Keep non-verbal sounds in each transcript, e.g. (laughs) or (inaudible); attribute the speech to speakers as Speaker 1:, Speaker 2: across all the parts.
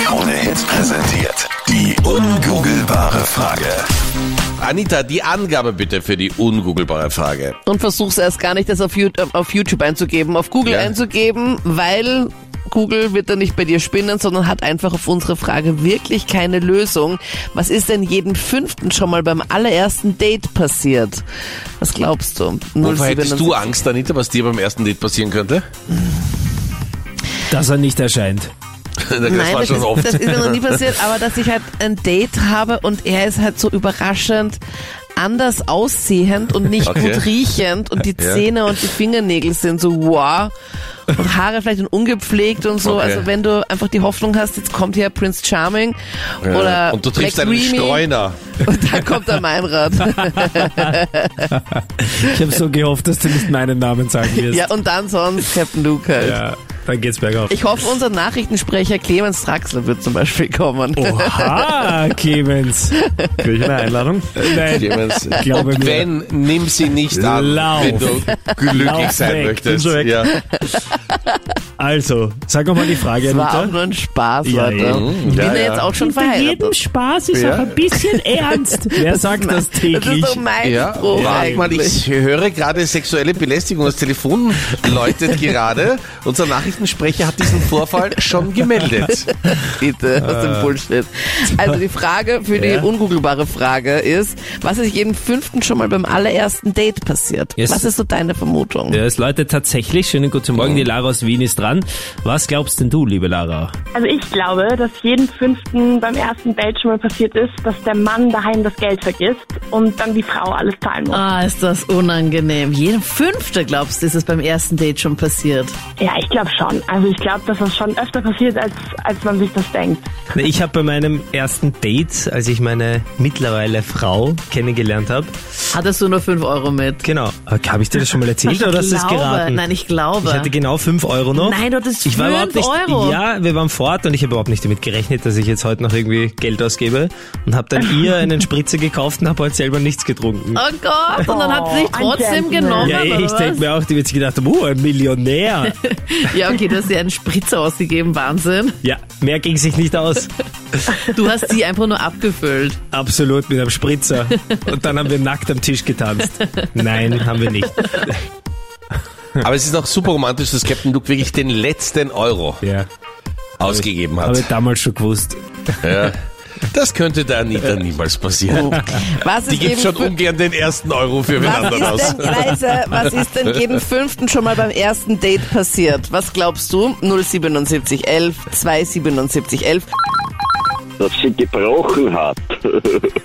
Speaker 1: Krone Hits präsentiert. Die ungoogelbare Frage.
Speaker 2: Anita, die Angabe bitte für die ungoogelbare Frage.
Speaker 3: und versuch's erst gar nicht, das auf, You- auf YouTube einzugeben, auf Google
Speaker 2: Ja.
Speaker 3: einzugeben, weil Google wird dann nicht bei dir spinnen, sondern hat einfach auf unsere Frage wirklich keine Lösung. Was ist denn jeden fünften schon mal beim allerersten Date passiert? Was glaubst du?
Speaker 2: Wovor hättest
Speaker 3: 097.
Speaker 2: du Angst, Anita, was dir beim ersten Date passieren könnte?
Speaker 4: dass er nicht erscheint.
Speaker 2: (laughs) Das
Speaker 3: Nein,
Speaker 2: war
Speaker 3: das
Speaker 2: schon
Speaker 3: ist,
Speaker 2: oft.
Speaker 3: das ist mir noch nie passiert, aber dass ich halt ein Date habe und er ist halt so überraschend anders aussehend und nicht
Speaker 2: Okay.
Speaker 3: gut riechend und die
Speaker 2: Ja.
Speaker 3: Zähne und die Fingernägel sind so wow und Haare vielleicht und ungepflegt und so.
Speaker 2: Okay.
Speaker 3: Also wenn du einfach die Hoffnung hast, jetzt kommt hier Prince Charming oder
Speaker 2: und du triffst
Speaker 3: Black
Speaker 2: einen
Speaker 3: Remy
Speaker 2: Streuner.
Speaker 3: (laughs) und dann kommt
Speaker 2: (laughs)
Speaker 3: der Meinrad.
Speaker 4: Ich habe so gehofft, dass du nicht meinen Namen sagen wirst.
Speaker 3: ja und dann sonst Captain Luke halt.
Speaker 4: Ja, dann geht's bergauf.
Speaker 3: Ich hoffe, unser Nachrichtensprecher Clemens Draxler wird zum Beispiel kommen.
Speaker 2: Oh.
Speaker 4: Oha, Clemens.
Speaker 3: (laughs)
Speaker 4: Krieg ich eine Einladung? Nein.
Speaker 2: Clemens,
Speaker 4: Glaube mir.
Speaker 2: wenn, nimm sie nicht an,
Speaker 4: Lauf.
Speaker 2: wenn du glücklich
Speaker 4: Lauf
Speaker 2: sein
Speaker 4: weg,
Speaker 2: möchtest.
Speaker 4: bin schon weg.
Speaker 2: Ja.
Speaker 4: Also, sag nochmal die Frage,
Speaker 3: Das war auch
Speaker 4: Anita.
Speaker 3: nur ein Spaß,
Speaker 4: Ja,
Speaker 3: Leute.
Speaker 2: eben.
Speaker 3: Ich bin
Speaker 2: Ja,
Speaker 3: ja
Speaker 2: ja.
Speaker 3: jetzt auch schon
Speaker 5: Bei
Speaker 3: verheiratet.
Speaker 5: jedem Spaß ist
Speaker 2: Ja.
Speaker 5: auch ein
Speaker 4: (laughs)
Speaker 5: bisschen ernst.
Speaker 4: Wer sagt das
Speaker 3: also. Das
Speaker 4: täglich?
Speaker 3: ist doch mein
Speaker 2: Ja,
Speaker 3: Spruch
Speaker 2: warte mal, ich
Speaker 3: eigentlich.
Speaker 2: höre gerade sexuelle Belästigung. Das Telefon läutet gerade. Unser Nachrichtensprecher hat diesen Vorfall schon gemeldet.
Speaker 6: Äh.
Speaker 3: Bitte, aus dem Bullshit. Also die Frage für die
Speaker 4: Ja.
Speaker 3: ungoogelbare Frage ist, was ist jedem fünften schon mal beim allerersten Date passiert?
Speaker 4: Yes.
Speaker 3: Was ist so deine Vermutung?
Speaker 4: Ja, es läutet tatsächlich. Schönen guten Morgen, die Lara aus Wien ist dran. Was glaubst denn du, liebe Lara?
Speaker 7: Also ich glaube, dass jeden fünften beim ersten Date schon mal passiert ist, dass der Mann daheim das Geld vergisst und dann die Frau alles zahlen muss.
Speaker 8: Ah, ist das unangenehm. Jeden Fünfte, glaubst du, ist es beim ersten Date schon passiert.
Speaker 7: Ja, ich glaube schon. Also ich glaube, dass das schon öfter passiert, als, als man sich das denkt.
Speaker 6: Na, Ich habe bei meinem ersten Date, als ich meine mittlerweile Frau kennengelernt habe,
Speaker 8: Hattest du nur fünf Euro mit?
Speaker 6: genau, habe ich dir das schon mal erzählt
Speaker 8: ich
Speaker 6: oder hast du es
Speaker 8: glaube,
Speaker 6: geraten?
Speaker 8: Nein, ich glaube.
Speaker 6: ich hatte genau 5 Euro noch.
Speaker 8: Nein, du hattest
Speaker 6: ich war überhaupt
Speaker 8: fünf
Speaker 6: nicht,
Speaker 8: Euro.
Speaker 6: Ja, wir waren fort und ich habe überhaupt nicht damit gerechnet, dass ich jetzt heute noch irgendwie Geld ausgebe und habe dann ihr einen Spritzer gekauft und habe heute selber nichts getrunken.
Speaker 8: oh Gott, und dann hat sie sich
Speaker 7: Oh, ein
Speaker 8: trotzdem
Speaker 7: Gentleman.
Speaker 8: genommen,
Speaker 6: ja,
Speaker 8: oder
Speaker 6: ich
Speaker 8: was?
Speaker 6: denke mir auch, die wird sich gedacht haben, oh, ein Millionär.
Speaker 8: Ja, okay, du hast dir einen Spritzer ausgegeben, Wahnsinn.
Speaker 6: ja, mehr ging sich nicht aus.
Speaker 8: Du hast sie einfach nur abgefüllt.
Speaker 6: Absolut, mit einem Spritzer. Und dann haben wir nackt am Tisch getanzt. Nein, haben wir nicht.
Speaker 2: Aber es ist auch super romantisch, dass Captain Luke wirklich den letzten Euro
Speaker 4: Ja,
Speaker 2: ausgegeben
Speaker 4: habe
Speaker 2: hat.
Speaker 4: ich damals schon gewusst.
Speaker 2: Das könnte der Anita
Speaker 4: Äh,
Speaker 2: niemals passieren.
Speaker 4: Oh.
Speaker 3: Was
Speaker 2: Die
Speaker 3: ist
Speaker 2: gibt
Speaker 3: jedem (laughs)
Speaker 2: schon
Speaker 3: fün-
Speaker 2: ungern den ersten Euro für wen anderen
Speaker 3: was
Speaker 2: aus.
Speaker 3: ist, denn, leise, was ist denn jedem fünften schon mal beim ersten Date passiert? Was glaubst du? 07711, 27711,
Speaker 9: dass sie gebrochen hat, (laughs)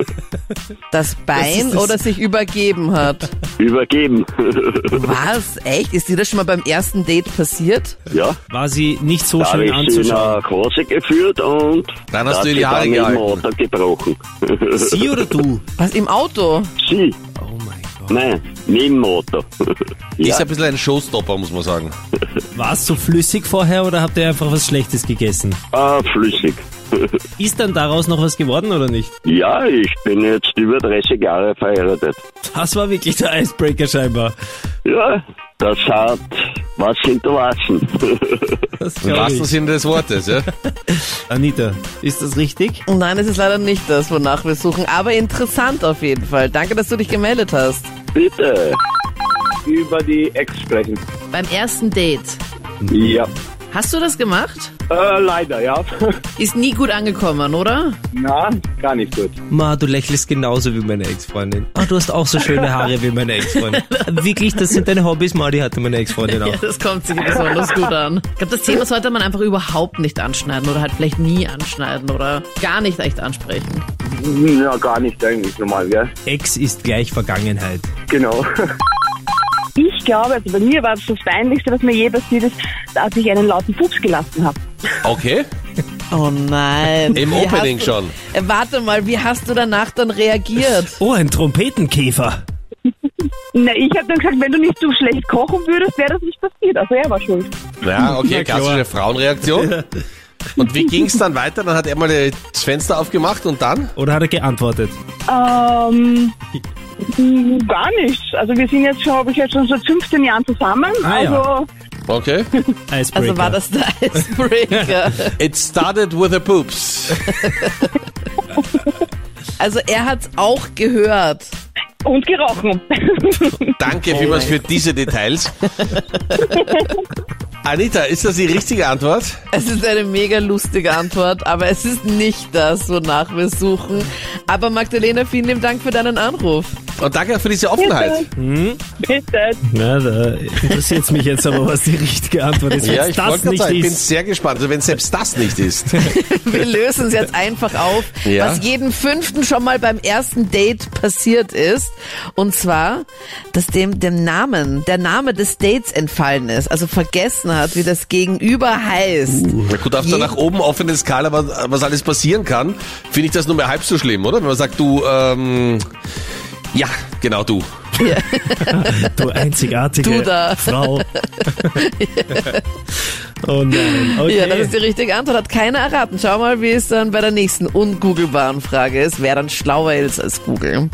Speaker 3: das Bein oder sich übergeben hat?
Speaker 9: übergeben. (laughs)
Speaker 3: Was? Echt? Ist dir das schon mal beim ersten Date passiert?
Speaker 9: ja,
Speaker 4: War sie nicht so
Speaker 9: da
Speaker 4: schön
Speaker 9: habe ich sie
Speaker 4: anzuschauen?
Speaker 9: nach Hause geführt und
Speaker 2: Dann hast
Speaker 9: da
Speaker 2: du ihr die
Speaker 9: hat sie
Speaker 2: Haare
Speaker 9: dann im
Speaker 2: gehalten.
Speaker 9: Auto gebrochen. (laughs)
Speaker 6: Sie oder du?
Speaker 3: Was, im Auto?
Speaker 9: sie,
Speaker 6: Oh mein Gott.
Speaker 9: nein, mit dem Motor. (laughs)
Speaker 2: Ist ein bisschen ein Showstopper, muss man sagen.
Speaker 4: War es so flüssig vorher oder habt ihr einfach was Schlechtes gegessen?
Speaker 9: ah, flüssig. (laughs)
Speaker 4: Ist dann daraus noch was geworden oder nicht?
Speaker 9: ja, ich bin jetzt über 30 Jahre verheiratet.
Speaker 4: Das war wirklich der Icebreaker scheinbar.
Speaker 9: Ja, das hat was hinterlassen. (laughs)
Speaker 4: Das
Speaker 2: Im
Speaker 4: glaub
Speaker 2: wahrsten
Speaker 4: ich.
Speaker 2: Sinne des Wortes, ja.
Speaker 4: Anita, ist das richtig?
Speaker 3: Nein, es ist leider nicht das, wonach wir suchen, aber interessant auf jeden Fall. Danke, dass du dich gemeldet hast.
Speaker 9: Bitte.
Speaker 10: über die Ex sprechen.
Speaker 8: Beim ersten Date.
Speaker 10: Ja.
Speaker 8: Hast du das gemacht?
Speaker 10: Äh, leider, ja. (laughs)
Speaker 8: Ist nie gut angekommen, oder?
Speaker 10: Na, gar nicht gut.
Speaker 6: Ma, du lächelst genauso wie meine Ex-Freundin. Ah, du hast auch so schöne Haare wie meine
Speaker 4: (laughs)
Speaker 6: Ex-Freundin. Wirklich, das sind deine Hobbys, Ma, die hatte meine Ex-Freundin
Speaker 8: Ja,
Speaker 6: auch.
Speaker 8: das kommt sich besonders gut an. Ich glaube, das Thema sollte man einfach überhaupt nicht anschneiden oder halt vielleicht nie anschneiden oder gar nicht echt ansprechen.
Speaker 10: Ja, gar nicht eigentlich normal, gell?
Speaker 6: Ex ist gleich Vergangenheit.
Speaker 10: Genau.
Speaker 7: Ich glaube, also bei mir war das das Peinlichste, was mir je passiert ist, dass ich einen lauten Fuchs gelassen habe.
Speaker 2: Okay,
Speaker 3: Oh nein.
Speaker 2: im
Speaker 3: Wie
Speaker 2: Opening
Speaker 3: hast du,
Speaker 2: schon.
Speaker 3: Äh, Warte mal, wie hast du danach dann reagiert?
Speaker 4: Oh, ein Trompetenkäfer.
Speaker 7: Na, ich habe dann gesagt, wenn du nicht so schlecht kochen würdest, wäre das nicht passiert. Also er war schuld.
Speaker 2: Ja, okay,
Speaker 4: Na klar.
Speaker 2: klassische Frauenreaktion. Und wie ging's dann weiter? Dann hat er mal äh, das Fenster aufgemacht und dann?
Speaker 4: Oder hat er geantwortet?
Speaker 7: Ähm, mh, gar nichts. Also wir sind jetzt, glaube ich, jetzt schon seit 15 Jahren zusammen.
Speaker 4: Ah, ja.
Speaker 7: also
Speaker 2: Okay.
Speaker 4: Icebreaker.
Speaker 3: Also war das der (laughs) Icebreaker.
Speaker 2: It started with the poops.
Speaker 3: Also er hat's auch gehört.
Speaker 7: Und gerochen. (laughs)
Speaker 2: Danke
Speaker 3: Oh
Speaker 2: vielmals für diese
Speaker 3: (laughs)
Speaker 2: Details. Anita, ist das die richtige Antwort?
Speaker 3: Es ist eine mega lustige Antwort, aber es ist nicht das, wonach wir suchen. Aber Magdalena, vielen lieben Dank für deinen Anruf.
Speaker 2: Und danke für diese Offenheit.
Speaker 7: Bitte.
Speaker 4: Na, da interessiert mich jetzt aber, was die richtige Antwort ist. Wenn's
Speaker 2: wollte
Speaker 4: das
Speaker 2: gerade
Speaker 4: nicht
Speaker 2: sagen, ich bin
Speaker 4: ist.
Speaker 2: sehr gespannt, also wenn selbst das nicht (laughs) ist.
Speaker 3: Wir lösen es jetzt einfach auf,
Speaker 2: Ja.
Speaker 3: was jedem fünften schon mal beim ersten Date passiert ist. Und zwar, dass dem, dem Namen, der Name des Dates entfallen ist. Also vergessen hat, wie das Gegenüber heißt.
Speaker 2: Na gut, auf der
Speaker 3: Je-
Speaker 2: nach oben offenen Skala, was, was alles passieren kann, finde ich das nur mehr halb so schlimm, oder? Wenn man sagt, du, ähm, ja, genau du.
Speaker 4: (laughs) Du einzigartige
Speaker 3: Du da. (laughs)
Speaker 4: Frau. oh nein. Okay.
Speaker 3: Ja, das ist die richtige Antwort. Hat keiner erraten. Schau mal, wie es dann bei der nächsten ungoogelbaren Frage ist. Wer dann schlauer ist als Google.